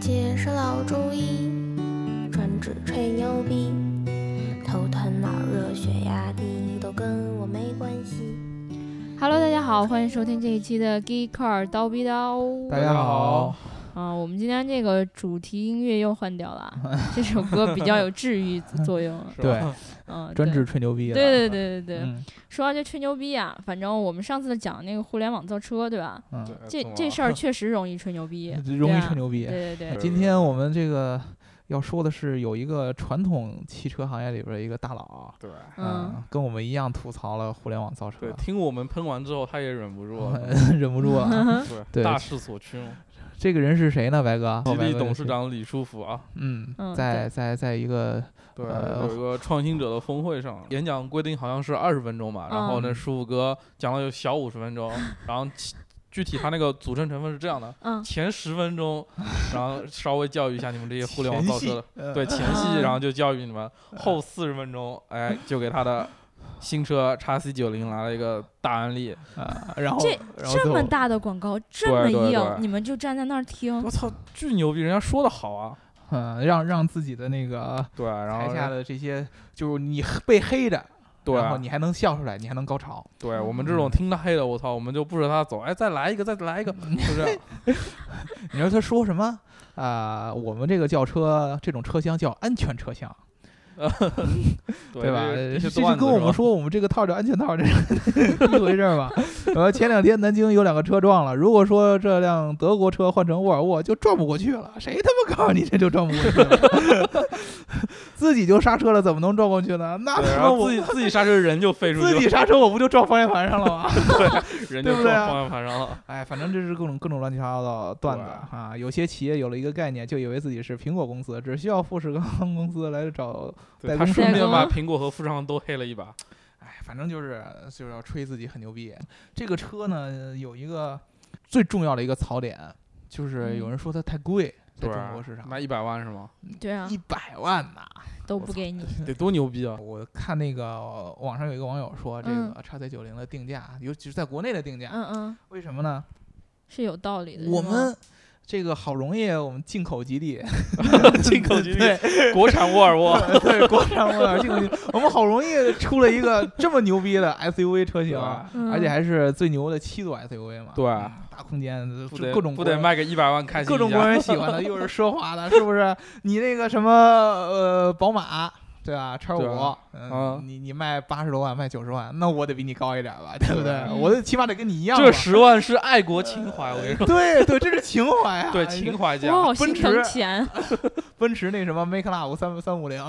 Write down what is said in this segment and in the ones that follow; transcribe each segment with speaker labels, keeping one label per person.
Speaker 1: 姐是老中医，专治吹牛逼，头疼脑热血压低都跟我没关系。
Speaker 2: Hello，大家好，欢迎收听这一期的《Geek Car 刀逼刀》。
Speaker 3: 大家好，
Speaker 2: 啊，我们今天这个主题音乐又换掉了啊， 这首歌比较有治愈作用啊。
Speaker 3: 对，
Speaker 2: 嗯，
Speaker 3: 专
Speaker 2: 对
Speaker 3: 治吹牛逼的，
Speaker 2: 对对对对对，
Speaker 3: 嗯
Speaker 2: 说到这吹牛逼啊，反正我们上次讲那个互联网造车，对吧？
Speaker 3: 嗯，
Speaker 2: 这这事儿确实容易吹牛逼，
Speaker 3: 容
Speaker 2: 对
Speaker 3: 易
Speaker 2: 啊
Speaker 3: 吹牛逼
Speaker 2: 对。对对
Speaker 4: 对
Speaker 3: 今天我们这个要说的是，有一个传统汽车行业里边儿一个大佬，啊
Speaker 4: 对
Speaker 2: 嗯，
Speaker 3: 跟我们一样吐槽了互联网造车啊
Speaker 4: 对，，听我们喷完之后，他也忍不住了。
Speaker 3: 忍不 住了。对
Speaker 4: 对，大势所趋嘛。
Speaker 3: 这个人是谁呢？白哥，
Speaker 4: 吉
Speaker 3: 白
Speaker 4: 利
Speaker 3: 哥
Speaker 4: 董
Speaker 3: 是
Speaker 4: 事
Speaker 3: 谁，
Speaker 4: 长李书福啊，
Speaker 3: 嗯
Speaker 2: 嗯，
Speaker 3: 在在在一个
Speaker 4: 对，
Speaker 3: 呃
Speaker 4: 有一 个创新者的峰会上，演讲规定好像是二十分钟吧，然后
Speaker 2: 嗯
Speaker 4: 那书福哥讲了有小五十分钟，然后其具体他那个组成成分是这样的：
Speaker 2: 嗯，
Speaker 4: 前十分钟，然后稍微教育一下你们这些互联网
Speaker 3: 前
Speaker 4: 造
Speaker 3: 戏
Speaker 4: 车 的，，
Speaker 3: 呃
Speaker 4: 对，前戏，
Speaker 2: 嗯
Speaker 4: 然后就教育你们；后四十分钟，哎，就给他的新车 x C 九零来了一个大案例。
Speaker 3: 啊然后
Speaker 2: 这
Speaker 3: 然后
Speaker 2: 这
Speaker 3: 最
Speaker 2: 么
Speaker 3: 后
Speaker 2: 大的广告，这
Speaker 4: 对
Speaker 2: 么
Speaker 4: 对
Speaker 2: 硬，
Speaker 4: 对
Speaker 2: 你们就站在那儿听
Speaker 4: 我，操，巨牛逼！人家说的好啊，
Speaker 3: 嗯，让让自己的那个
Speaker 4: 对，然后
Speaker 3: 台
Speaker 4: 人
Speaker 3: 下的这些，就是你被黑着，
Speaker 4: 对啊
Speaker 3: 然后你还嗯能笑出来，你还能高潮，
Speaker 4: 对我们这种听他黑的，我操，我们就不着他走，哎，再来一个，再来 一个，就这样。
Speaker 3: 你知道他说什么？啊、我们这个轿车这种车厢叫安全车厢，对吧？哎
Speaker 4: 这
Speaker 3: 这
Speaker 4: 些
Speaker 3: 是
Speaker 4: 段子
Speaker 3: 跟我们
Speaker 4: 是吧
Speaker 3: 说我们这个套叫安全套，这是 一回事儿吧？呃，前两天南京有两个车撞了，如果说这辆德国车换成沃尔沃，就撞不过去了。谁他妈告诉你这就撞不过去了？ 自己就刹车了，怎么能撞过去呢？那
Speaker 4: 对，
Speaker 3: 他
Speaker 4: 然
Speaker 3: 妈
Speaker 4: 后
Speaker 3: 我
Speaker 4: 自己自己刹车，人 就飞出去
Speaker 3: 自己
Speaker 4: 了，
Speaker 3: 刹车，我不就撞方向盘上了吗？
Speaker 4: 人
Speaker 3: 对
Speaker 4: 就
Speaker 3: 不
Speaker 4: 撞
Speaker 3: 对啊
Speaker 4: 方向盘上了。
Speaker 3: 哎，反正这是各种各种乱七八糟的段子
Speaker 4: 对
Speaker 3: 啊！有些企业有了一个概念，就以为自己是苹果公司，只需要富士康 公司来找代
Speaker 4: 对他
Speaker 3: 工
Speaker 4: 顺
Speaker 2: 代
Speaker 4: 便
Speaker 2: 工
Speaker 4: 把苹果和富士康都黑了一把。
Speaker 3: 哎，反正就是就是要吹自己很牛逼。这个车呢，有一个最重要的一个槽点，就是
Speaker 2: 嗯
Speaker 3: 有人说它太贵，在
Speaker 4: 对
Speaker 3: 中
Speaker 4: 啊
Speaker 3: 国市，场
Speaker 4: 卖一百万是吗？
Speaker 2: 对啊
Speaker 3: 一，百万呐、
Speaker 2: 都不给你，
Speaker 4: 得多牛逼啊！
Speaker 3: 我看那个网上有一个网友说，这
Speaker 2: 嗯
Speaker 3: 个叉 Z 九零的定价，尤其是在国内的定价，
Speaker 2: 嗯哦嗯，
Speaker 3: 为什么呢？
Speaker 2: 是有道理的。
Speaker 3: 我
Speaker 2: 是吗
Speaker 3: 们这个好容易我们进口吉利，
Speaker 4: 进口吉 利
Speaker 3: 对，
Speaker 4: 国产沃尔 沃，
Speaker 3: 对，国产沃尔进口进，我们好容易出了一个这么牛逼的 SUV 车型，
Speaker 2: 嗯
Speaker 3: 而且还是最牛的七座 SUV 嘛，
Speaker 4: 对
Speaker 3: 嗯大空间，
Speaker 4: 不
Speaker 3: 就
Speaker 4: 得
Speaker 3: 各种
Speaker 4: 不
Speaker 3: 国
Speaker 4: 得
Speaker 3: 人
Speaker 4: 卖个一百万开心
Speaker 3: 各种
Speaker 4: 一下
Speaker 3: 国人喜欢的，又是奢华的，是不是？你那个什么呃，宝马。对吧？叉
Speaker 4: 对
Speaker 3: 五
Speaker 4: 啊，
Speaker 3: 嗯
Speaker 4: 啊，
Speaker 3: 你你卖八十多万，卖九十万，那我得比你高一点吧，对不对？
Speaker 2: 嗯
Speaker 3: 我得起码得跟你一样吧。
Speaker 4: 这十万是爱国情怀，我跟你说，
Speaker 3: 对对，这是情怀啊！
Speaker 4: 对情怀价
Speaker 2: 我， 好
Speaker 3: 奔
Speaker 2: 心
Speaker 3: 驰
Speaker 2: 疼钱，
Speaker 3: 奔驰那什么 Make Love 三三五零
Speaker 4: 没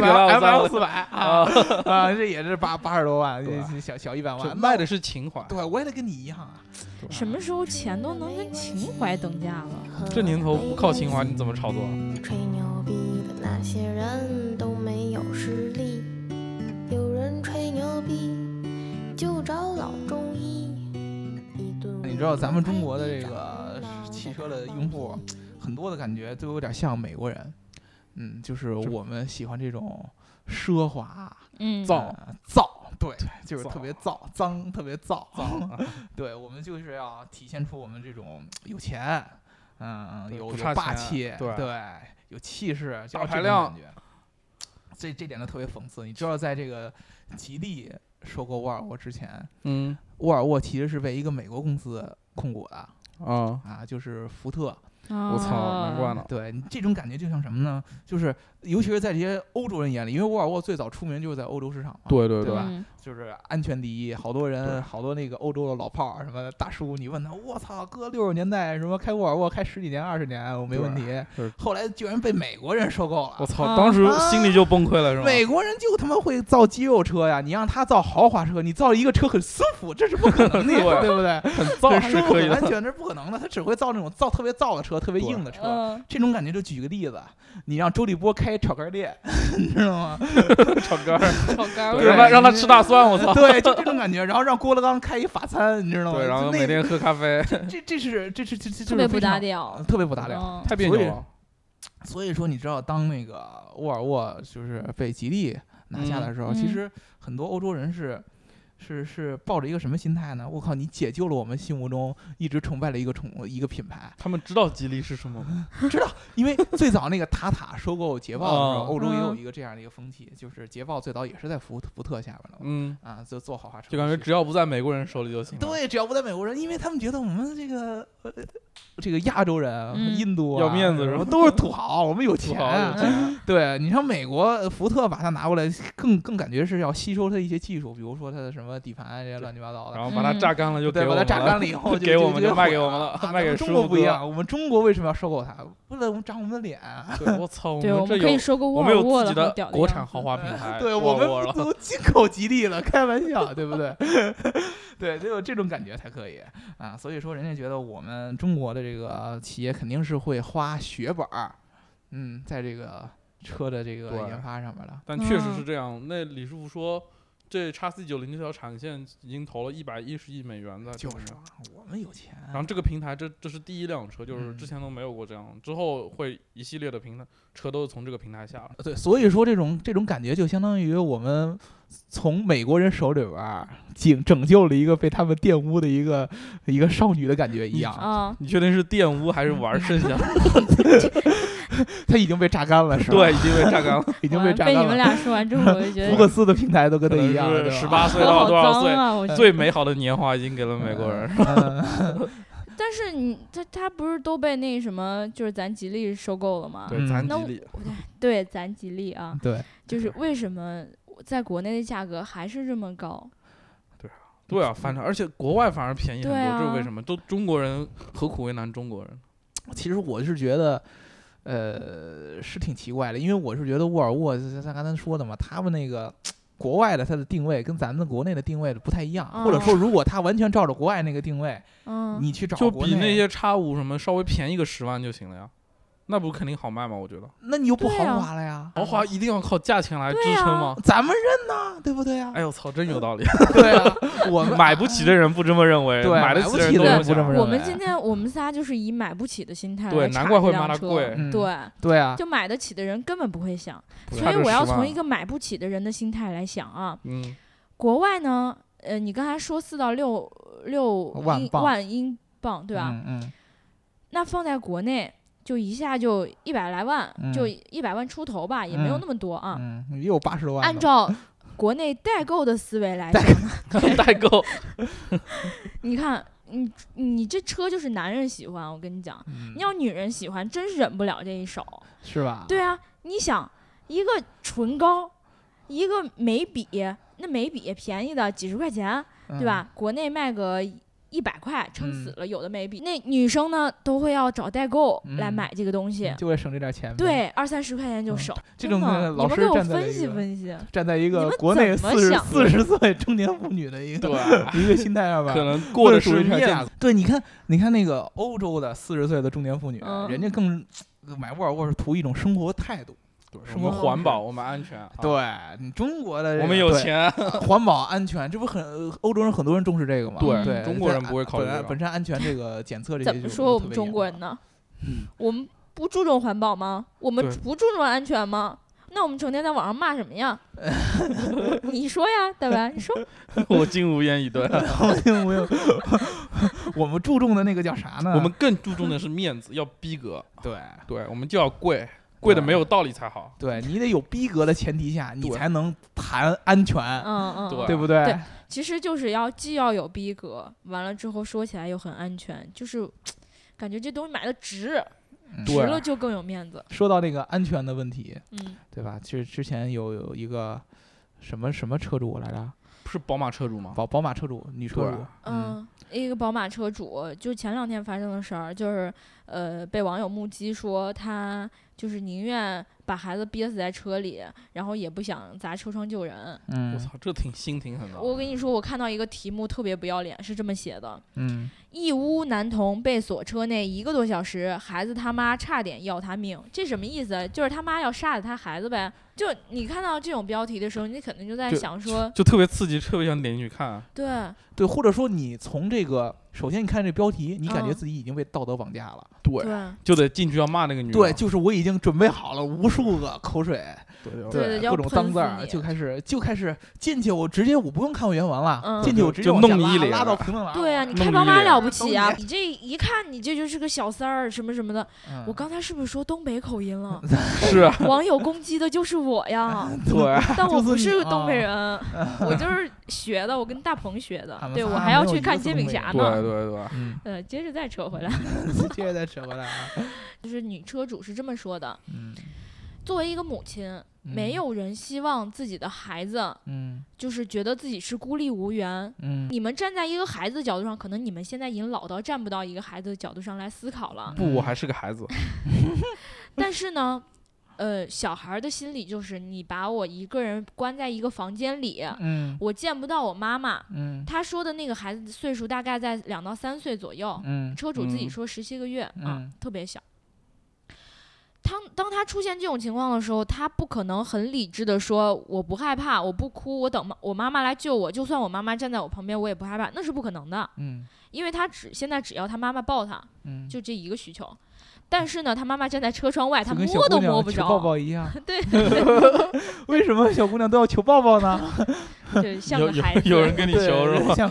Speaker 4: 给到
Speaker 3: M
Speaker 4: 我啊三
Speaker 3: L
Speaker 4: 万
Speaker 3: 四百啊
Speaker 4: 啊，
Speaker 3: 啊，这也是八八十多万，
Speaker 4: 对啊
Speaker 3: 这小小一百
Speaker 4: 这
Speaker 3: 万，
Speaker 4: 卖的是情怀。
Speaker 3: 对，我也得跟你一样啊。
Speaker 4: 对
Speaker 2: 什么时候钱都能跟情怀等价了？
Speaker 4: 这年头不靠情怀你怎么炒作啊？
Speaker 1: 吹牛逼的那些人都没有实力，有人吹牛逼就找老中医。一顿
Speaker 3: 你知道咱们中国的这个汽车的用户，很多的感觉都有点像美国人，嗯，就是
Speaker 4: 是
Speaker 3: 我们喜欢这种奢华、
Speaker 2: 嗯，
Speaker 3: 造造，对，就是
Speaker 4: 造
Speaker 3: 特别造脏，特别造，
Speaker 4: 啊
Speaker 3: 对我们就是要体现出我们这种有钱，嗯，
Speaker 4: 对
Speaker 3: 有
Speaker 4: 不
Speaker 3: 有
Speaker 4: 差
Speaker 3: 霸
Speaker 4: 钱
Speaker 3: 气，
Speaker 4: 对
Speaker 3: 有气势，就
Speaker 4: 大
Speaker 3: 要这
Speaker 4: 排
Speaker 3: 种
Speaker 4: 量
Speaker 3: 感觉。这这点呢特别讽刺，你知道，在这个吉利收购沃尔沃之前，
Speaker 4: 嗯
Speaker 3: 沃尔沃其实是被一个美国公司控股的
Speaker 4: 啊，
Speaker 3: 啊，就是福特。
Speaker 2: 我
Speaker 4: 我操，难
Speaker 2: 嗯
Speaker 4: 怪。呢。
Speaker 3: 对你这种感觉就像什么呢？就是尤其是在这些欧洲人眼里，因为沃尔沃最早出名就是在欧洲市场嘛。
Speaker 4: 对对
Speaker 3: 对吧
Speaker 2: 嗯
Speaker 3: 就是安全第一，好多
Speaker 4: 对
Speaker 3: 人，好多那个欧洲的老炮儿，什么大叔，你问他，我操，哥六十年代什么开沃尔沃开十几年、二十年，我没问题
Speaker 4: 是。
Speaker 3: 后来居然被美国人收购
Speaker 4: 我
Speaker 3: 了，
Speaker 4: 操，
Speaker 2: 啊
Speaker 4: 当时心里就崩溃了，是吗？
Speaker 3: 美国人就他妈会造肌肉车呀！你让他造豪华车，你造一个车很舒服，这是不可能的，
Speaker 4: 对
Speaker 3: 对不对？
Speaker 4: 很造
Speaker 3: 很
Speaker 4: 还
Speaker 3: 舒
Speaker 4: 是
Speaker 3: 服、
Speaker 4: 可以
Speaker 3: 很
Speaker 4: 的
Speaker 3: 安，全，这是不可能的。他只会造那种造特别造的车，特别硬的车。
Speaker 2: 嗯，
Speaker 3: 这种感觉就举个例子，啊你让周立波开炒肝店，你知道吗？
Speaker 4: 炒肝儿，
Speaker 2: 炒肝儿
Speaker 3: 对对
Speaker 4: 让他让他吃
Speaker 2: 嗯
Speaker 4: 大蒜，我 操！
Speaker 3: 对，就这种感觉。然后让郭德纲开一法餐，你知道吗？
Speaker 4: 对，然后
Speaker 3: 就
Speaker 4: 每
Speaker 3: 那
Speaker 4: 天喝咖 啡，
Speaker 3: 这这是这是这这这
Speaker 2: 特
Speaker 3: 是
Speaker 2: 别
Speaker 3: 非
Speaker 2: 不搭
Speaker 3: 常，
Speaker 2: 调，
Speaker 3: 特别不搭调。
Speaker 2: 嗯
Speaker 4: 太别扭了。
Speaker 3: 所以说，你知道，当那个沃尔沃就是被吉利拿下的时候，
Speaker 2: 嗯
Speaker 3: 其
Speaker 2: 嗯
Speaker 3: 实很多欧洲人是是是抱着一个什么心态呢？我靠，你解救了我们心目中一直崇拜的一个宠一个品牌，
Speaker 4: 他们知道吉利是什么吗？
Speaker 3: 知道，因为最早那个塔塔收购捷豹的时候，
Speaker 4: 哦
Speaker 3: 欧洲也有
Speaker 2: 嗯
Speaker 3: 一个这样的一个风气，就是捷豹最早也是在福特福特下边的嘛，
Speaker 4: 嗯，
Speaker 3: 啊，就做豪华车，
Speaker 4: 就感觉只要不在美国人手里就行了。，
Speaker 3: 对，只要不在美国人，因为他们觉得我们这个呃这个亚洲人啊、
Speaker 2: 嗯
Speaker 3: 印度啊
Speaker 4: 要面子是
Speaker 3: 我
Speaker 4: 吧
Speaker 3: 们都是土豪，我们有钱。啊嗯
Speaker 4: 好有钱，
Speaker 3: 对你像美国呃福特把它拿过来，更更感觉是要吸收它一些技术，比如说它的什么底盘啊这些乱七八糟的
Speaker 4: 然。后把它榨干了就给
Speaker 3: 对，
Speaker 4: 我
Speaker 3: 把
Speaker 4: 们
Speaker 3: 它
Speaker 4: 了
Speaker 3: 榨干了以 后就，
Speaker 4: 给我们
Speaker 3: 就
Speaker 4: 就卖给
Speaker 3: 毁
Speaker 4: 我们了
Speaker 3: 了啊。
Speaker 4: 卖给
Speaker 3: 咱们
Speaker 4: 舒
Speaker 3: 中国
Speaker 4: 服
Speaker 3: 不一
Speaker 4: 哥
Speaker 3: 样，我们中国为什么要收购它？为了我们长我们的脸。啊
Speaker 4: 对我操，
Speaker 2: 对，我
Speaker 4: 这
Speaker 2: 们可
Speaker 4: 有
Speaker 2: 以收购
Speaker 4: 我
Speaker 2: 沃
Speaker 4: 们
Speaker 2: 尔
Speaker 4: 有
Speaker 2: 沃的
Speaker 4: 自己
Speaker 2: 很
Speaker 4: 的
Speaker 2: 屌的
Speaker 4: 国
Speaker 2: 样
Speaker 4: 产
Speaker 2: 子
Speaker 4: 豪华品牌，
Speaker 3: 对
Speaker 4: 沃
Speaker 3: 我
Speaker 4: 尔沃了
Speaker 3: 们都进口吉利了，开玩笑，对不对？ 对，得有这种感觉才可以啊。所以说，人家觉得我们中国的这个企业肯定是会花血本儿，嗯，在这个车的这个
Speaker 4: 对
Speaker 3: 研发上面的。
Speaker 4: 但确实是这样。那李师傅说，这叉 C 九零这条产线已经投了一百一十亿美元在这
Speaker 3: 就
Speaker 4: 里面，
Speaker 3: 是啊我们有钱，
Speaker 4: 然后这个平台，这这是第一辆车，就是
Speaker 3: 嗯
Speaker 4: 之前都没有过这样，之后会一系列的平台车都是从这个平台下来。
Speaker 3: 对，所以说这种这种感觉就相当于我们从美国人手里边儿拯拯救了一个被他们玷污的一个一个少女的感觉一样，
Speaker 2: 啊，
Speaker 4: 你确定是玷污还是玩剩下？
Speaker 3: 她已经被榨干了，是吧？
Speaker 4: 对，已经被榨 干了，
Speaker 3: 已
Speaker 2: 已
Speaker 3: 经被榨干
Speaker 2: 被你们
Speaker 3: 了。
Speaker 2: 俩说完之后，我就 觉
Speaker 3: 福克
Speaker 2: 得
Speaker 3: 斯的平台都跟她一样，对吧
Speaker 4: 十八岁
Speaker 2: 我
Speaker 4: 到
Speaker 2: 好
Speaker 4: 多少
Speaker 2: 脏
Speaker 4: 岁？
Speaker 2: 啊！我觉得
Speaker 4: 最美好的年华已经给了美国
Speaker 3: 嗯
Speaker 4: 人，
Speaker 2: 但是你他他不是都被那什么，就是咱吉利收购了吗？
Speaker 4: 对，嗯咱
Speaker 2: 那
Speaker 4: 吉
Speaker 2: 我
Speaker 4: 利，
Speaker 2: 对，咱吉利啊，
Speaker 3: 对，
Speaker 2: 就是为什么在国内的价格还是这么高？
Speaker 4: 对啊，反正而且国外反而便宜
Speaker 2: 对
Speaker 4: 很多，
Speaker 2: 啊
Speaker 4: 这是为什么？都中国人何苦为难中国人？
Speaker 3: 其实我是觉得，呃，是挺奇怪的，因为我是觉得沃尔沃，就像刚才说的嘛，他们那个国外的它的定位跟咱们国内的定位不太一样，或者
Speaker 2: 嗯
Speaker 3: 说如果它完全照着国外那个定位，
Speaker 2: 嗯，
Speaker 3: 你去找
Speaker 4: 就
Speaker 3: 国
Speaker 4: 比那
Speaker 3: 内，
Speaker 4: 些叉五什么稍微便宜个十万就行了呀，那不肯定好卖吗？我觉得
Speaker 3: 那你就不
Speaker 2: 对
Speaker 3: 豪
Speaker 2: 啊
Speaker 3: 华了哎呀。
Speaker 4: 豪华一定要靠价钱来支
Speaker 2: 对啊
Speaker 4: 撑吗？
Speaker 3: 咱们认呐，对不对呀、
Speaker 4: 哎呦操，真有道理！
Speaker 3: 对 啊，我们
Speaker 4: 买不起的人不这么认为，
Speaker 3: 对
Speaker 4: 买得
Speaker 3: 买不
Speaker 4: 的人
Speaker 3: 起
Speaker 4: 都
Speaker 2: 的
Speaker 4: 这
Speaker 2: 人
Speaker 4: 么
Speaker 3: 不这么
Speaker 4: 想。
Speaker 3: 认
Speaker 2: 我
Speaker 3: 为
Speaker 2: 们今天我们仨就是以买不起的心态
Speaker 4: 对
Speaker 2: 来查
Speaker 4: 难怪会
Speaker 2: 这辆
Speaker 4: 骂它
Speaker 2: 车
Speaker 4: 贵
Speaker 3: 嗯
Speaker 2: 对，
Speaker 3: 对啊，
Speaker 2: 就买得起的人根本不会想，
Speaker 4: 不
Speaker 2: 所
Speaker 4: 差
Speaker 2: 以
Speaker 4: 这
Speaker 2: 我要
Speaker 4: 10万
Speaker 2: 从一个买不起的人的心态来想啊。
Speaker 4: 嗯，
Speaker 2: 国外呢，呃，你刚才说四到六六
Speaker 3: 万
Speaker 2: 英
Speaker 3: 镑
Speaker 2: 万英镑，对吧？
Speaker 3: 嗯嗯
Speaker 2: 那放在国内就一下就一百来万，
Speaker 3: 嗯
Speaker 2: 就一百万出头吧，也没有
Speaker 3: 嗯
Speaker 2: 那么多啊。
Speaker 3: 嗯，也有八十多万的。
Speaker 2: 按照国内代购的思维来
Speaker 3: 代
Speaker 2: 讲呢，
Speaker 4: 代购，
Speaker 2: 你看你你这车就是男人喜欢，我跟你讲，
Speaker 3: 嗯
Speaker 2: 你要女人喜欢，真是忍不了这一手。
Speaker 3: 是吧？
Speaker 2: 对啊，你想一个唇膏，一个眉笔，那眉笔便宜的几十块钱，
Speaker 3: 嗯，
Speaker 2: 对吧？国内卖个一百块，撑死了有的眉笔。那女生呢，都会要找代购来
Speaker 3: 嗯
Speaker 2: 买这个东西。
Speaker 3: 就为省这点钱呗。
Speaker 2: 对，二三十块钱就
Speaker 3: 嗯
Speaker 2: 省。
Speaker 3: 这
Speaker 2: 真的
Speaker 3: 种呃老
Speaker 2: 你们
Speaker 3: 师
Speaker 2: 给我
Speaker 3: 站在了
Speaker 2: 分
Speaker 3: 一
Speaker 2: 析
Speaker 3: 个
Speaker 2: 分析。
Speaker 3: 站在一
Speaker 2: 你
Speaker 3: 个
Speaker 2: 们
Speaker 3: 国内
Speaker 2: 怎么
Speaker 3: 四十
Speaker 2: 想
Speaker 3: 四十岁中年妇女的一个
Speaker 4: 对啊，
Speaker 3: 一个心态上吧，
Speaker 4: 可能过的是面子。
Speaker 3: 子。对，你看，你看那个欧洲的四十岁的中年妇女，
Speaker 2: 嗯
Speaker 3: 人家更买沃尔沃是图一种生活态度。
Speaker 4: 对
Speaker 3: 什
Speaker 4: 我
Speaker 3: 么
Speaker 4: 们环保，我们安全，啊，
Speaker 3: 对你中国的这个，
Speaker 4: 我们有
Speaker 3: 对，
Speaker 4: 钱，
Speaker 3: 环保安全，这不很呃欧洲人很多人重视这个嘛？
Speaker 4: 对
Speaker 3: 对，
Speaker 4: 中国人不会考虑
Speaker 3: 本来
Speaker 4: 这个
Speaker 3: 本身安全这个检测这些
Speaker 2: 怎
Speaker 3: 就
Speaker 2: 么
Speaker 3: 是
Speaker 2: 说我
Speaker 3: 特
Speaker 2: 们
Speaker 3: 别
Speaker 2: 中
Speaker 3: 严
Speaker 2: 国
Speaker 3: 格
Speaker 2: 人呢？
Speaker 4: 嗯
Speaker 2: 我们不注重环保吗？我们
Speaker 4: 对
Speaker 2: 不注重安全吗？那我们成天在网上骂什么呀？ 你说呀，大白，你说
Speaker 4: 我竟无言以对。
Speaker 3: 我有，我们注重的那个叫啥呢？
Speaker 4: 我们更注重的是面子，要逼格，
Speaker 3: 对
Speaker 4: 对，我们就要贵，贵的没有道理才好。
Speaker 3: 对，你得有逼格的前提下，你
Speaker 4: 对
Speaker 3: 才能谈安全，
Speaker 2: 嗯嗯，
Speaker 4: 对
Speaker 2: 嗯
Speaker 3: 对不对？
Speaker 2: 对其实就是要既要有逼格，完了之后说起来又很安全，就是感觉这东西买的值，
Speaker 3: 嗯
Speaker 2: 值了就更有面子。
Speaker 3: 说到那个安全的问题，
Speaker 2: 嗯，
Speaker 3: 对吧？其实之前有有一个什么什么车主来着，
Speaker 4: 不是宝马车主吗？
Speaker 3: 宝宝马车主，女车
Speaker 4: 对
Speaker 3: 主，嗯，
Speaker 2: 嗯，一个宝马车主，就前两天发生的事儿，就是呃，被网友目击说他就是宁愿把孩子憋死在车里，然后也不想砸车窗救人。
Speaker 4: 我
Speaker 3: 嗯
Speaker 4: 操，这挺心挺狠的。
Speaker 2: 我跟你说，我看到一个题目特别不要脸，是这么写的：
Speaker 3: 嗯，
Speaker 2: 义乌男童被锁车内一个多小时，孩子他妈差点要他命，这什么意思？啊就是他妈要杀了他孩子呗？就你看到这种标题的时候，你肯定就在
Speaker 4: 就
Speaker 2: 想说，
Speaker 4: 就特别刺激，特别想点进去看。
Speaker 2: 对，啊
Speaker 3: 对，或者说你从这个，首先你看这标题，你感觉
Speaker 2: 嗯
Speaker 3: 自己已经被道德绑架了。
Speaker 2: 对
Speaker 4: 对，
Speaker 3: 啊
Speaker 4: 就得进去要骂那个女的。
Speaker 3: 对，就是我已经准备好了无数个口水，
Speaker 4: 对
Speaker 2: 对对要
Speaker 3: 各种
Speaker 2: 喷
Speaker 3: 脏
Speaker 2: 死
Speaker 3: 字儿
Speaker 2: 你
Speaker 3: 就开始就开始进去，我直接我不用看原文了，
Speaker 2: 嗯
Speaker 3: 进去我直接
Speaker 4: 就
Speaker 3: 往下
Speaker 4: 弄你
Speaker 3: 拉
Speaker 4: 一脸
Speaker 3: 拉到评论栏。
Speaker 2: 对啊，你开
Speaker 4: 弄
Speaker 2: 宝
Speaker 4: 一
Speaker 2: 马
Speaker 4: 脸
Speaker 2: 了不起啊
Speaker 3: 东！
Speaker 2: 你这一看，你这就是个小三儿什么什么的。
Speaker 3: 嗯
Speaker 2: 我刚才是不是说东北口音 了？
Speaker 4: 是啊，
Speaker 2: 网友攻击的就是我呀，
Speaker 4: 对，
Speaker 2: 但我
Speaker 3: 就
Speaker 2: 不
Speaker 3: 是你啊
Speaker 2: 是东北人， 我就是学的，我跟大鹏学的
Speaker 3: 俺。们
Speaker 2: 对
Speaker 3: 仨
Speaker 2: 我还
Speaker 3: 没
Speaker 2: 要
Speaker 3: 有
Speaker 2: 去
Speaker 3: 一
Speaker 2: 看
Speaker 3: 个
Speaker 2: 煎
Speaker 3: 东
Speaker 2: 饼
Speaker 3: 北
Speaker 2: 侠
Speaker 4: 对
Speaker 2: 呢。
Speaker 4: 对 对，
Speaker 3: 嗯，
Speaker 2: 呃，接着再扯回来，
Speaker 3: 接着再扯回来啊。
Speaker 2: 就是女车主是这么说的：
Speaker 3: 嗯，
Speaker 2: 作为一个母亲，没有人希望自己的孩子
Speaker 3: 嗯，
Speaker 2: 就是觉得自己是孤立无援。
Speaker 3: 嗯
Speaker 2: 你们站在一个孩子的角度上，可能你们现在已经老到站不到一个孩子的角度上来思考了。
Speaker 4: 不，我还是个孩子。
Speaker 2: 但是呢，呃，小孩儿的心理就是你把我一个人关在一个房间里，
Speaker 3: 嗯，
Speaker 2: 我见不到我妈妈。
Speaker 3: 嗯，
Speaker 2: 他说的那个孩子的岁数大概在两到三岁左右，
Speaker 3: 嗯，
Speaker 2: 车主自己
Speaker 4: 嗯
Speaker 2: 说十七个月、啊
Speaker 3: 嗯，
Speaker 2: 特别小。他当他出现这种情况的时候，他不可能很理智的说我不害怕，我不哭，我等妈我妈妈来救我，就算我妈妈站在我旁边，我也不害怕，那是不可能的，
Speaker 3: 嗯，
Speaker 2: 因为他只现在只要他妈妈抱他，
Speaker 3: 嗯，
Speaker 2: 就这一个需求。但是呢，他妈妈站在车窗外，他
Speaker 3: 就跟小
Speaker 2: 摸都
Speaker 3: 姑娘
Speaker 2: 摸不
Speaker 3: 求
Speaker 2: 着。
Speaker 3: 抱抱一样。
Speaker 2: 对
Speaker 3: 为什么小姑娘都要求抱抱呢？
Speaker 2: 对，像
Speaker 4: 有
Speaker 2: 个
Speaker 4: 有
Speaker 2: 孩子。
Speaker 4: 有人跟你求是
Speaker 3: 对
Speaker 4: 吗？
Speaker 3: 像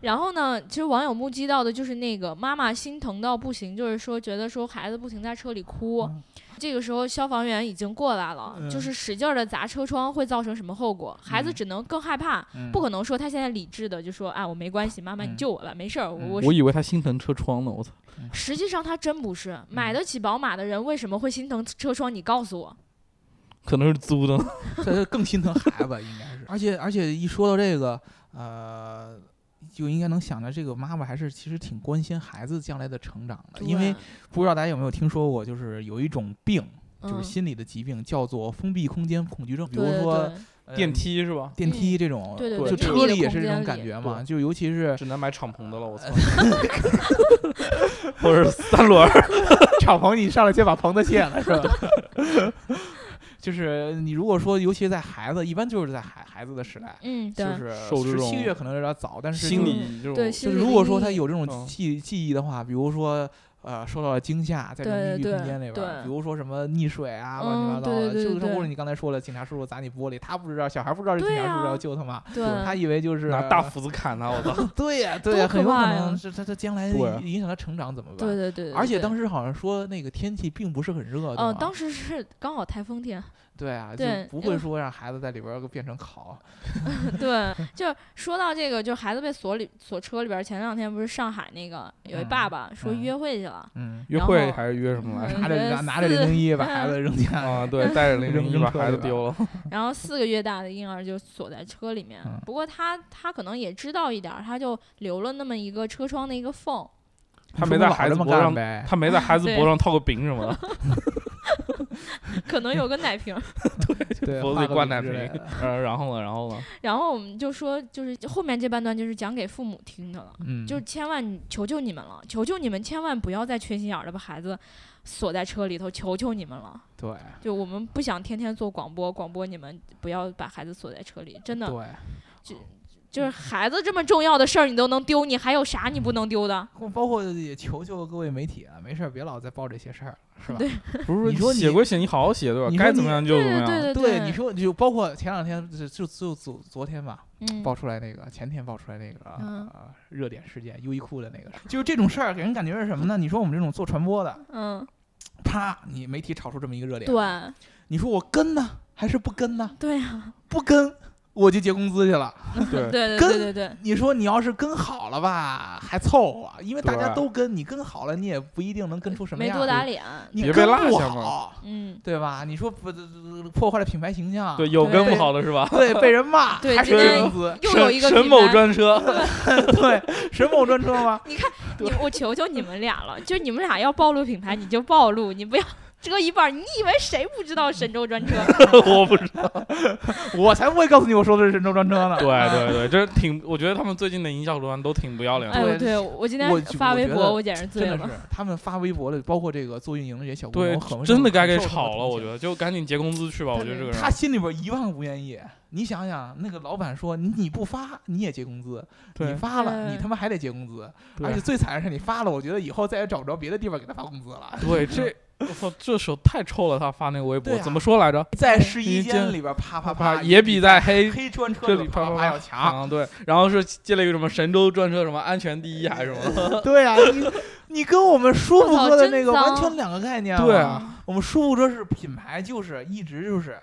Speaker 2: 然后呢，其实网友目击到的就是那个妈妈心疼到不行，就是说觉得说孩子不停在车里哭。
Speaker 3: 嗯
Speaker 2: 这个时候消防员已经过来了，
Speaker 3: 嗯
Speaker 2: 就是使劲的砸车窗会造成什么后果？孩子
Speaker 3: 嗯
Speaker 2: 只能更害怕，不可能说他现在理智的就说啊我没关系，妈妈你
Speaker 3: 嗯
Speaker 2: 救我吧，没事儿，我
Speaker 3: 嗯
Speaker 2: 我
Speaker 4: 我以为他心疼车窗呢，我操！
Speaker 2: 实际上他真不是
Speaker 3: 嗯
Speaker 2: 买得起宝马的人为什么会心疼车窗？你告诉我，
Speaker 4: 可能是租的呢。
Speaker 3: 这更心疼孩子，应该是。而且而且一说到这个，呃，就应该能想到这个妈妈还是其实挺关心孩子将来的成长的，因为
Speaker 2: 啊
Speaker 3: 不知道大家有没有听说过，就是有一种病，就是
Speaker 2: 嗯
Speaker 3: 心理的疾病，叫做封闭空间恐惧症，比
Speaker 2: 对
Speaker 3: 如
Speaker 2: 对
Speaker 3: 说
Speaker 2: 对
Speaker 3: 呃
Speaker 4: 电梯是吧？
Speaker 3: 电梯这种，
Speaker 2: 对对
Speaker 4: 对
Speaker 3: 就
Speaker 4: 这个
Speaker 3: 车
Speaker 2: 密
Speaker 3: 里
Speaker 2: 闭的
Speaker 3: 也是这
Speaker 2: 空
Speaker 3: 种
Speaker 2: 间
Speaker 3: 感
Speaker 2: 里
Speaker 3: 觉嘛，就尤其是
Speaker 4: 只能买敞篷的了，我操！或者是三轮儿，
Speaker 3: 敞篷，你上来先把棚子卸了是吧？就是你如果说，尤其是在孩子，一般就是在孩孩子的时代，
Speaker 2: 嗯，
Speaker 3: 就
Speaker 2: 对，
Speaker 3: 是
Speaker 4: 受这
Speaker 3: 十七
Speaker 4: 种
Speaker 3: 个月可能有点早，但是
Speaker 4: 心
Speaker 3: 就
Speaker 4: 理这
Speaker 2: 对
Speaker 4: 种
Speaker 2: 心
Speaker 3: 就是
Speaker 2: 理
Speaker 3: 如
Speaker 2: 的
Speaker 3: 果
Speaker 2: 阴
Speaker 3: 说他
Speaker 2: 影
Speaker 3: 有这种
Speaker 4: 嗯
Speaker 3: 记记忆的话，比如说呃受到了惊吓，在这种密闭
Speaker 2: 对
Speaker 3: 空
Speaker 2: 对
Speaker 3: 间里边儿，
Speaker 2: 对
Speaker 3: 比如说什么溺水啊，乱七
Speaker 2: 嗯
Speaker 3: 八糟
Speaker 2: 对
Speaker 3: 的，
Speaker 2: 对对
Speaker 3: 就是
Speaker 2: 对
Speaker 3: 或者你刚才说了，警察叔叔砸你玻璃，他不知道，小孩不知道是警
Speaker 2: 对
Speaker 3: 察叔叔
Speaker 2: 啊
Speaker 3: 要救他嘛，
Speaker 2: 对，
Speaker 3: 他以为就是啊
Speaker 4: 拿大斧子砍他，我操！
Speaker 3: 对呀对呀，
Speaker 2: 多可
Speaker 3: 很有可
Speaker 2: 怕呀
Speaker 3: 能是他他将来
Speaker 4: 对
Speaker 3: 影响他成长怎么
Speaker 2: 对
Speaker 3: 办？
Speaker 2: 对对，
Speaker 3: 而且当
Speaker 2: 时，
Speaker 3: 时好像说那个天气并不是很热，对
Speaker 2: 嗯，
Speaker 3: 吗
Speaker 2: 当时是刚好台风天，
Speaker 3: 对啊，就
Speaker 2: 对
Speaker 3: 不
Speaker 2: 因
Speaker 3: 会
Speaker 2: 为
Speaker 3: 说让孩子在里边儿变成烤，
Speaker 2: 对，就说到这个，就孩子被锁里锁车里边儿，前两天不是上海那个有一
Speaker 3: 嗯
Speaker 2: 爸爸说
Speaker 3: 嗯
Speaker 2: 约会去 了，
Speaker 3: 嗯，
Speaker 4: 约
Speaker 2: 然
Speaker 4: 会
Speaker 2: 后
Speaker 4: 还是约什么来着？
Speaker 3: 拿着
Speaker 2: 觉得
Speaker 3: 拿拿着
Speaker 2: 四
Speaker 3: 零零一把孩子 扔家里，
Speaker 4: 啊，对，带着零零一
Speaker 3: 扔
Speaker 4: 把
Speaker 3: 车
Speaker 4: 孩
Speaker 3: 里
Speaker 4: 子
Speaker 3: 吧
Speaker 4: 丢了，
Speaker 2: 然后四个月大的婴儿就锁在车里面
Speaker 3: 嗯。
Speaker 2: 不过他他可能也知道一点儿，他就留了那么一个车窗的一个缝。
Speaker 4: 他
Speaker 3: 说
Speaker 4: 没
Speaker 3: 不
Speaker 4: 在
Speaker 3: 好
Speaker 4: 孩
Speaker 3: 这
Speaker 4: 子
Speaker 3: 么
Speaker 4: 脖子
Speaker 3: 干
Speaker 4: 上，
Speaker 3: 呗，
Speaker 4: 他没在孩子脖子上套个饼什么的，
Speaker 2: 可能有个奶瓶儿，
Speaker 3: 对，
Speaker 4: 脖子
Speaker 3: 画
Speaker 4: 里
Speaker 3: 个
Speaker 4: 灌
Speaker 3: 饼
Speaker 4: 奶
Speaker 3: 之
Speaker 4: 瓶
Speaker 3: 类的。
Speaker 4: 呃，然后呢，然后呢，
Speaker 2: 然后我们就说，就是后面这半段就是讲给父母听的了，
Speaker 3: 嗯，
Speaker 2: 就是千万求求你们了，求求你们千万不要再缺心眼儿的把孩子锁在车里头，求求你们了。
Speaker 3: 对
Speaker 2: 就我们不想天天做广播，广播你们不要把孩子锁在车里，真的
Speaker 3: 对，嗯
Speaker 2: 就是孩子这么重要的事儿你都能丢，你还有啥你不能丢的？
Speaker 3: 我包括也求求各位媒体啊，没事儿别老再报这些事儿了，是吧？
Speaker 4: 不是
Speaker 3: 你说
Speaker 4: 写
Speaker 3: 你
Speaker 4: 归写，你好好写对吧
Speaker 3: 你？说
Speaker 4: 该怎
Speaker 3: 你
Speaker 4: 么样就
Speaker 2: 对
Speaker 4: 怎么
Speaker 2: 对
Speaker 4: 样。
Speaker 2: 对
Speaker 3: 对，你说就包括前两天就就就昨昨天吧，
Speaker 2: 嗯，
Speaker 3: 爆出来那个，前天爆出来那个、
Speaker 2: 嗯
Speaker 3: 呃、热点事件，优衣库的那个事儿，就是这种事儿给人感觉是什么呢？你说我们这种做传播的，
Speaker 2: 嗯，
Speaker 3: 啪，你媒体炒出这么一个热点，，
Speaker 2: 对
Speaker 3: 你说我跟呢还是不跟呢？
Speaker 2: 对呀，
Speaker 3: 不跟。我就结工资去了。
Speaker 2: 对对
Speaker 3: 跟
Speaker 2: 对对对，
Speaker 3: 你说你要是跟好了吧，还凑合，因为大家
Speaker 4: 对
Speaker 3: 都跟，你跟好了，你也不一定能跟出什么
Speaker 2: 没
Speaker 3: 样。
Speaker 2: 多打，脸，
Speaker 3: 你
Speaker 4: 别
Speaker 3: 跟
Speaker 4: 被落
Speaker 3: 不
Speaker 4: 下嘛
Speaker 3: 好，
Speaker 2: 嗯，
Speaker 3: 对吧？你说不呃破坏了品牌形象，
Speaker 4: 对，有
Speaker 2: 对
Speaker 4: 跟不好的是吧？
Speaker 3: 对被人骂，
Speaker 2: 对
Speaker 3: 还是
Speaker 4: 今
Speaker 3: 这
Speaker 4: 天
Speaker 3: 工资，
Speaker 2: 又有一个
Speaker 4: 沈
Speaker 2: 品
Speaker 4: 某
Speaker 2: 牌
Speaker 4: 专车，
Speaker 3: 对神某专车吗？
Speaker 2: 你我求求你们俩了，就你们俩要暴露品牌，你就暴露，你不要遮一半儿。你以为谁不知道神州专车？
Speaker 4: 我不知道。
Speaker 3: 我才不会告诉你我说的是神州专车呢。
Speaker 4: 对对对，这挺，我觉得他们最近的营销手段都挺不要脸
Speaker 2: 哎
Speaker 4: 的。
Speaker 2: 呦，对我今天
Speaker 3: 我
Speaker 2: 发
Speaker 3: 我
Speaker 2: 微
Speaker 3: 觉
Speaker 2: 博，
Speaker 3: 得
Speaker 2: 我简直醉
Speaker 3: 真的
Speaker 2: 了。
Speaker 3: 是，他们发微博的，包括这个做运营的这些小姑
Speaker 4: 对
Speaker 3: 娘，我很，
Speaker 4: 真的该给
Speaker 3: 很受他们
Speaker 4: 炒了，
Speaker 3: 同
Speaker 4: 我
Speaker 3: 情
Speaker 4: 觉得就赶紧结工资去吧。我觉得这个人
Speaker 3: 他心里边一万不愿意。你想想，那个老板说你你不发你也结工资，你
Speaker 4: 对
Speaker 3: 发了你
Speaker 2: 对
Speaker 3: 他妈还得结工资，
Speaker 4: 对
Speaker 3: 而且最惨的是你发了，我觉得以后再也找不着别的地方给他发工资 了。
Speaker 4: 对，这我操，这手太臭了。他发那个微博
Speaker 3: 对啊
Speaker 4: 怎么说来着？
Speaker 3: 在试
Speaker 4: 你
Speaker 3: 衣
Speaker 4: 见
Speaker 3: 间里边啪 啪
Speaker 4: 啪
Speaker 3: 啪，
Speaker 4: 也比在黑
Speaker 3: 黑专车
Speaker 4: 这
Speaker 3: 里
Speaker 4: 里
Speaker 3: 边
Speaker 4: 啪
Speaker 3: 啪
Speaker 4: 啪
Speaker 3: 啪要强。
Speaker 4: 啊，对，然后是接了一个什么神州专车什么安全第一还是什么？
Speaker 3: 对啊， 你你跟我们舒服哥的那个
Speaker 2: 我操真
Speaker 3: 完
Speaker 2: 脏
Speaker 3: 全两个概念。
Speaker 4: 对啊
Speaker 2: 啊，
Speaker 3: 我们舒服哥是品牌，就是一直就是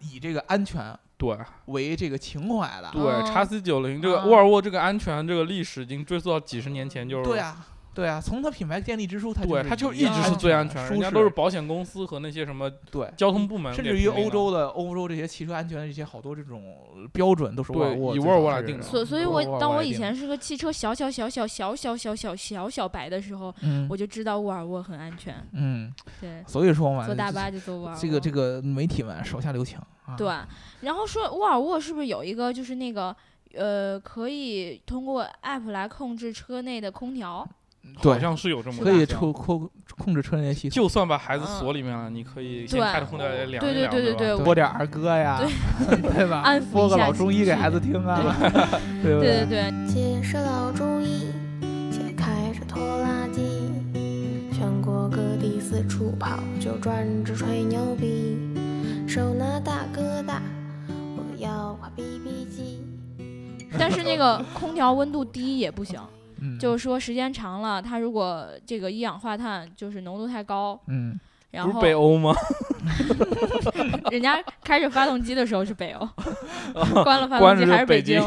Speaker 3: 以这个安全
Speaker 4: 对啊
Speaker 3: 为这个情怀的。
Speaker 4: 对，叉 C 九零这个
Speaker 2: 啊
Speaker 4: 沃尔沃这个安全这个历史已经追溯到几十年前，就是
Speaker 3: 对啊，对啊，从它品牌建立之初，它
Speaker 4: 对，它
Speaker 3: 它
Speaker 4: 就一
Speaker 3: 一
Speaker 4: 直是
Speaker 3: 样
Speaker 4: 最安
Speaker 3: 的
Speaker 4: 全，人
Speaker 3: 舒
Speaker 4: 家
Speaker 3: 适
Speaker 4: 都是保险公司和那些什么
Speaker 3: 对。
Speaker 4: 交通部门
Speaker 3: 甚
Speaker 4: 给
Speaker 3: 至于
Speaker 4: 评定
Speaker 3: 欧
Speaker 4: 的
Speaker 3: 洲的欧洲这些汽车安全的这些好多这种标准都是沃尔
Speaker 4: 对
Speaker 3: 沃
Speaker 4: 以
Speaker 3: 最
Speaker 4: 沃尔
Speaker 3: 早
Speaker 4: 沃来
Speaker 3: 开始
Speaker 4: 定的
Speaker 2: 所所以
Speaker 3: 沃
Speaker 2: 我
Speaker 3: 尔沃
Speaker 2: 当我
Speaker 3: 来
Speaker 2: 以
Speaker 3: 定
Speaker 2: 前是个汽车小小小小小小小小小小小白的时候，
Speaker 3: 嗯
Speaker 2: 我就知道沃尔沃很安全。
Speaker 3: 嗯，
Speaker 2: 对，
Speaker 3: 所以说嘛，
Speaker 2: 坐大
Speaker 3: 这
Speaker 2: 巴就坐沃尔沃。
Speaker 3: 这个这个媒体们手下留情啊，
Speaker 2: 对，然后说沃尔沃是不是有一个就是那个呃，可以通过 app 来控制车内的空调？
Speaker 3: 对
Speaker 4: 好像是有这么
Speaker 3: 可以
Speaker 4: 抽。
Speaker 3: 抽控控制车内系统，
Speaker 4: 就算把孩子锁里面了，你可以先
Speaker 2: 对
Speaker 4: 开着空调也凉
Speaker 2: 对
Speaker 4: 一
Speaker 2: 对
Speaker 4: 凉，
Speaker 2: 对对
Speaker 4: 吧
Speaker 2: 对，
Speaker 3: 播点儿歌呀， 对吧？
Speaker 2: 安抚
Speaker 3: 播
Speaker 2: 一下
Speaker 3: 个老
Speaker 2: 情
Speaker 3: 中医给
Speaker 2: 绪
Speaker 3: 孩子听啊， 对不
Speaker 2: 对对对，
Speaker 1: 解是老中医，解开是拖拉机，全国各地四处跑，就专治吹牛逼。手拿大哥大，我要画 BB 机。
Speaker 2: 但是那个空调温度低也不行，
Speaker 3: 嗯
Speaker 2: 就是说时间长了，它如果这个一氧化碳就是浓度太高，
Speaker 3: 嗯，
Speaker 2: 然
Speaker 4: 不是
Speaker 2: 后
Speaker 4: 北欧吗？
Speaker 2: 人家开着发动机的时候是北欧，关了发
Speaker 4: 关
Speaker 2: 动机
Speaker 4: 着
Speaker 2: 还
Speaker 4: 是
Speaker 2: 是
Speaker 4: 北
Speaker 2: 京。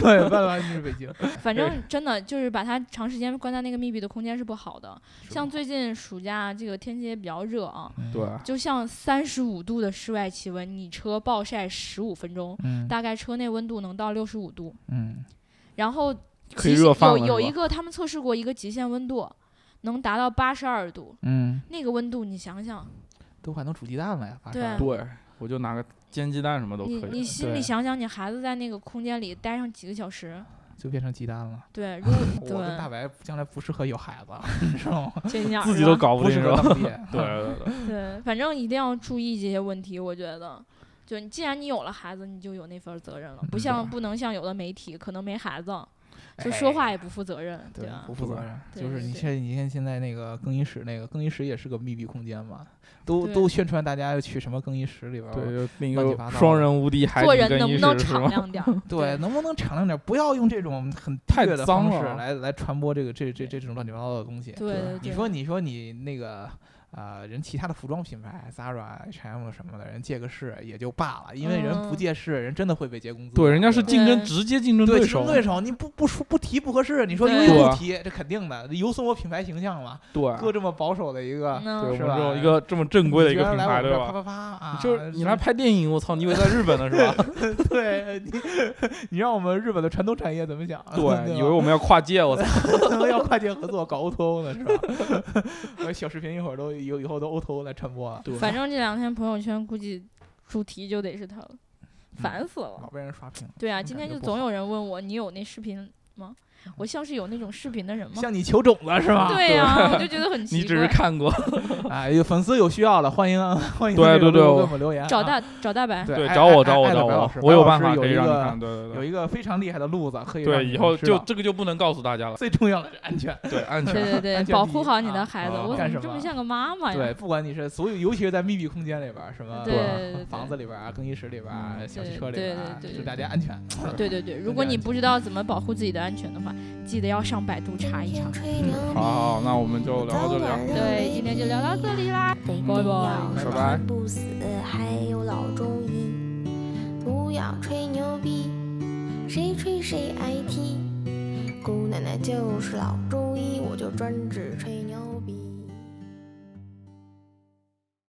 Speaker 3: 对，半完就是北京，
Speaker 2: 反正真的就是把它长时间关在那个密闭的空间是不好的。 像最近暑假这个天气也比较热啊，
Speaker 3: 嗯
Speaker 4: 对，
Speaker 2: 就像三十五度的室外气温，你车暴晒十五分钟，
Speaker 3: 嗯
Speaker 2: 大概车内温度能到六十五度。
Speaker 3: 嗯，
Speaker 2: 然后
Speaker 4: 可以
Speaker 2: 极限
Speaker 4: 热饭了
Speaker 2: 有
Speaker 4: 是
Speaker 2: 有
Speaker 4: 吧
Speaker 2: 一个他们测试过一个极限温度，能达到八十二度。
Speaker 3: 嗯，
Speaker 2: 那个温度你想想，
Speaker 3: 都还能煮鸡蛋了呀，发
Speaker 2: 对
Speaker 3: 烧
Speaker 2: 啊
Speaker 4: 对，我就拿个煎鸡蛋什么都
Speaker 2: 你
Speaker 4: 可
Speaker 2: 你
Speaker 4: 以。
Speaker 2: 心里
Speaker 3: 对
Speaker 2: 想想，你孩子在那个空间里待上几个小时？
Speaker 3: 就变成鸡蛋了。
Speaker 2: 对， 如果
Speaker 3: 我跟大
Speaker 2: 对，
Speaker 3: 白将来不适合有孩子，你知道吗？
Speaker 2: 这样
Speaker 4: 自己都搞不
Speaker 3: 不
Speaker 4: 定
Speaker 3: 适
Speaker 4: 是
Speaker 3: 合
Speaker 4: 吧？
Speaker 3: 当爹。
Speaker 4: 对对对对，
Speaker 2: 对，反正一定要注意这些问题，我觉得。就你既然你有了孩子，你就有那份儿责任了，不
Speaker 3: 嗯
Speaker 2: 像
Speaker 3: 对
Speaker 2: 不能像有的媒体可能没孩子， 就
Speaker 3: 哎
Speaker 2: 说话也不负责任，啊
Speaker 3: 对
Speaker 2: 吧
Speaker 3: 不？负责任。
Speaker 2: 对
Speaker 3: 就是
Speaker 2: 对
Speaker 3: 你
Speaker 2: 对
Speaker 3: 现在你看现在那个更衣室，那个更衣室也是个密闭空间嘛，都
Speaker 2: 对
Speaker 3: 都宣传大家要去什么更衣室里边儿。
Speaker 4: 对，就另一
Speaker 3: 乱七
Speaker 4: 个
Speaker 3: 八糟
Speaker 4: 双人无敌海
Speaker 2: 做
Speaker 4: 景
Speaker 2: 人
Speaker 4: 更
Speaker 2: 能
Speaker 4: 衣
Speaker 2: 不能
Speaker 4: 室是
Speaker 2: 敞
Speaker 4: 吗？
Speaker 2: 亮点 儿？
Speaker 3: 对，能不能敞亮点儿？不要用这种很
Speaker 4: 太
Speaker 3: 低劣的
Speaker 4: 脏
Speaker 3: 方式
Speaker 4: 了
Speaker 3: 来来传播这个这这这种乱七八糟的东西。
Speaker 2: 对对对，
Speaker 3: 你说你说你那个呃，人其他的服装品牌 Zara、H&M 什么的，人借个势也就罢了，因为人不
Speaker 2: 嗯
Speaker 3: 借势，人真的会被结工资的。
Speaker 4: 对，人家是
Speaker 3: 吧
Speaker 4: 竞争
Speaker 2: 对
Speaker 4: 直接竞争
Speaker 3: 对竞
Speaker 4: 手
Speaker 3: 争。对手，你不不说不提不合适，你说
Speaker 2: 对
Speaker 3: 优衣
Speaker 4: 对啊
Speaker 3: 库提，这肯定的，有损我品牌形象嘛。
Speaker 4: 对，
Speaker 3: 哥这么保守的一个，
Speaker 4: 对我
Speaker 2: 嗯
Speaker 4: 们
Speaker 3: 是
Speaker 4: 这
Speaker 3: 吧
Speaker 4: 种一个这么正规的一个
Speaker 3: 你居然来
Speaker 4: 品
Speaker 3: 我们
Speaker 4: 牌，对
Speaker 3: 这儿啪啪
Speaker 4: 吧？
Speaker 3: 啪啊！
Speaker 4: 就是你来拍电影，我操，你以为在日本呢是吧？
Speaker 3: 对你，你让我们日本的传统产业怎么想？
Speaker 4: 对，以为
Speaker 3: 吧
Speaker 4: 我们要跨界，我操！
Speaker 3: 他们要跨界合作搞 O to O 呢，是吧？ 呃小视频一会儿都以以后都 O to O 来传播了，
Speaker 2: 反正这两天朋友圈估计主题就得是它了，烦死
Speaker 3: 老
Speaker 2: 了。
Speaker 3: 被人刷屏。
Speaker 2: 对啊，
Speaker 3: 嗯
Speaker 2: 今
Speaker 3: 感
Speaker 2: 天
Speaker 3: 觉
Speaker 2: 就
Speaker 3: 不
Speaker 2: 总
Speaker 3: 好嗯
Speaker 2: 有人问我，你有那视频吗？我像是有那种视频的人吗？
Speaker 3: 向你求种子是吧？
Speaker 2: 对呀，我就觉得 很
Speaker 4: 你
Speaker 2: 奇
Speaker 4: 只是
Speaker 2: 怪。
Speaker 4: 看过，
Speaker 3: 哎，有粉丝有需要了，欢迎欢迎
Speaker 4: 对
Speaker 3: 这个
Speaker 4: 对对
Speaker 3: 给
Speaker 4: 我
Speaker 3: 我们留言啊，哎
Speaker 2: 找大找大白，
Speaker 3: 对
Speaker 4: 对，
Speaker 3: 爱
Speaker 4: 找我
Speaker 3: 爱
Speaker 4: 找我
Speaker 3: 爱的
Speaker 4: 找
Speaker 3: 白老
Speaker 4: 我
Speaker 3: 师，
Speaker 4: 我
Speaker 3: 白
Speaker 4: 有
Speaker 3: 老
Speaker 4: 办
Speaker 3: 师
Speaker 4: 法可以
Speaker 3: 一
Speaker 4: 让你
Speaker 3: 个
Speaker 4: 看，对对
Speaker 3: 有
Speaker 4: 对。
Speaker 3: 一个非常厉害的路子可以让
Speaker 4: 对，
Speaker 3: 你
Speaker 4: 以后
Speaker 3: 知
Speaker 4: 就
Speaker 3: 道
Speaker 4: 这个就不能告诉大家了。
Speaker 3: 最重要的是安全。
Speaker 4: 对，安
Speaker 2: 对
Speaker 4: 全。
Speaker 2: 对对
Speaker 3: 安，全
Speaker 2: 保
Speaker 3: 第
Speaker 2: 护
Speaker 3: 一
Speaker 2: 好你的
Speaker 3: 啊
Speaker 2: 孩子。
Speaker 4: 啊
Speaker 2: 我怎
Speaker 3: 干
Speaker 2: 么
Speaker 3: 什
Speaker 2: 这么
Speaker 3: 么
Speaker 2: 像个妈妈
Speaker 3: 对，
Speaker 2: 哎呀？
Speaker 3: 不管你是所有，尤其是在密闭空间里边儿，什么
Speaker 2: 对对对
Speaker 3: 房子里边儿啊、更衣室里边儿啊、小汽车里边儿啊，
Speaker 2: 对对对对
Speaker 3: 就大家安全。
Speaker 2: 对对对，如果你不知道怎么保护自己的安全的话，记得要上百度查一查
Speaker 1: 天。吹牛逼，
Speaker 4: 嗯好好，好那我们就聊到这里啊，
Speaker 2: 对，今天就聊到这里啦。
Speaker 1: 得
Speaker 2: 拜拜
Speaker 1: 嗯要
Speaker 4: 拜
Speaker 1: 是
Speaker 4: 拜
Speaker 1: 恨不死，还有老中医，不要吹牛逼，谁吹谁挨踢。姑奶奶就是老中医，我就专治吹牛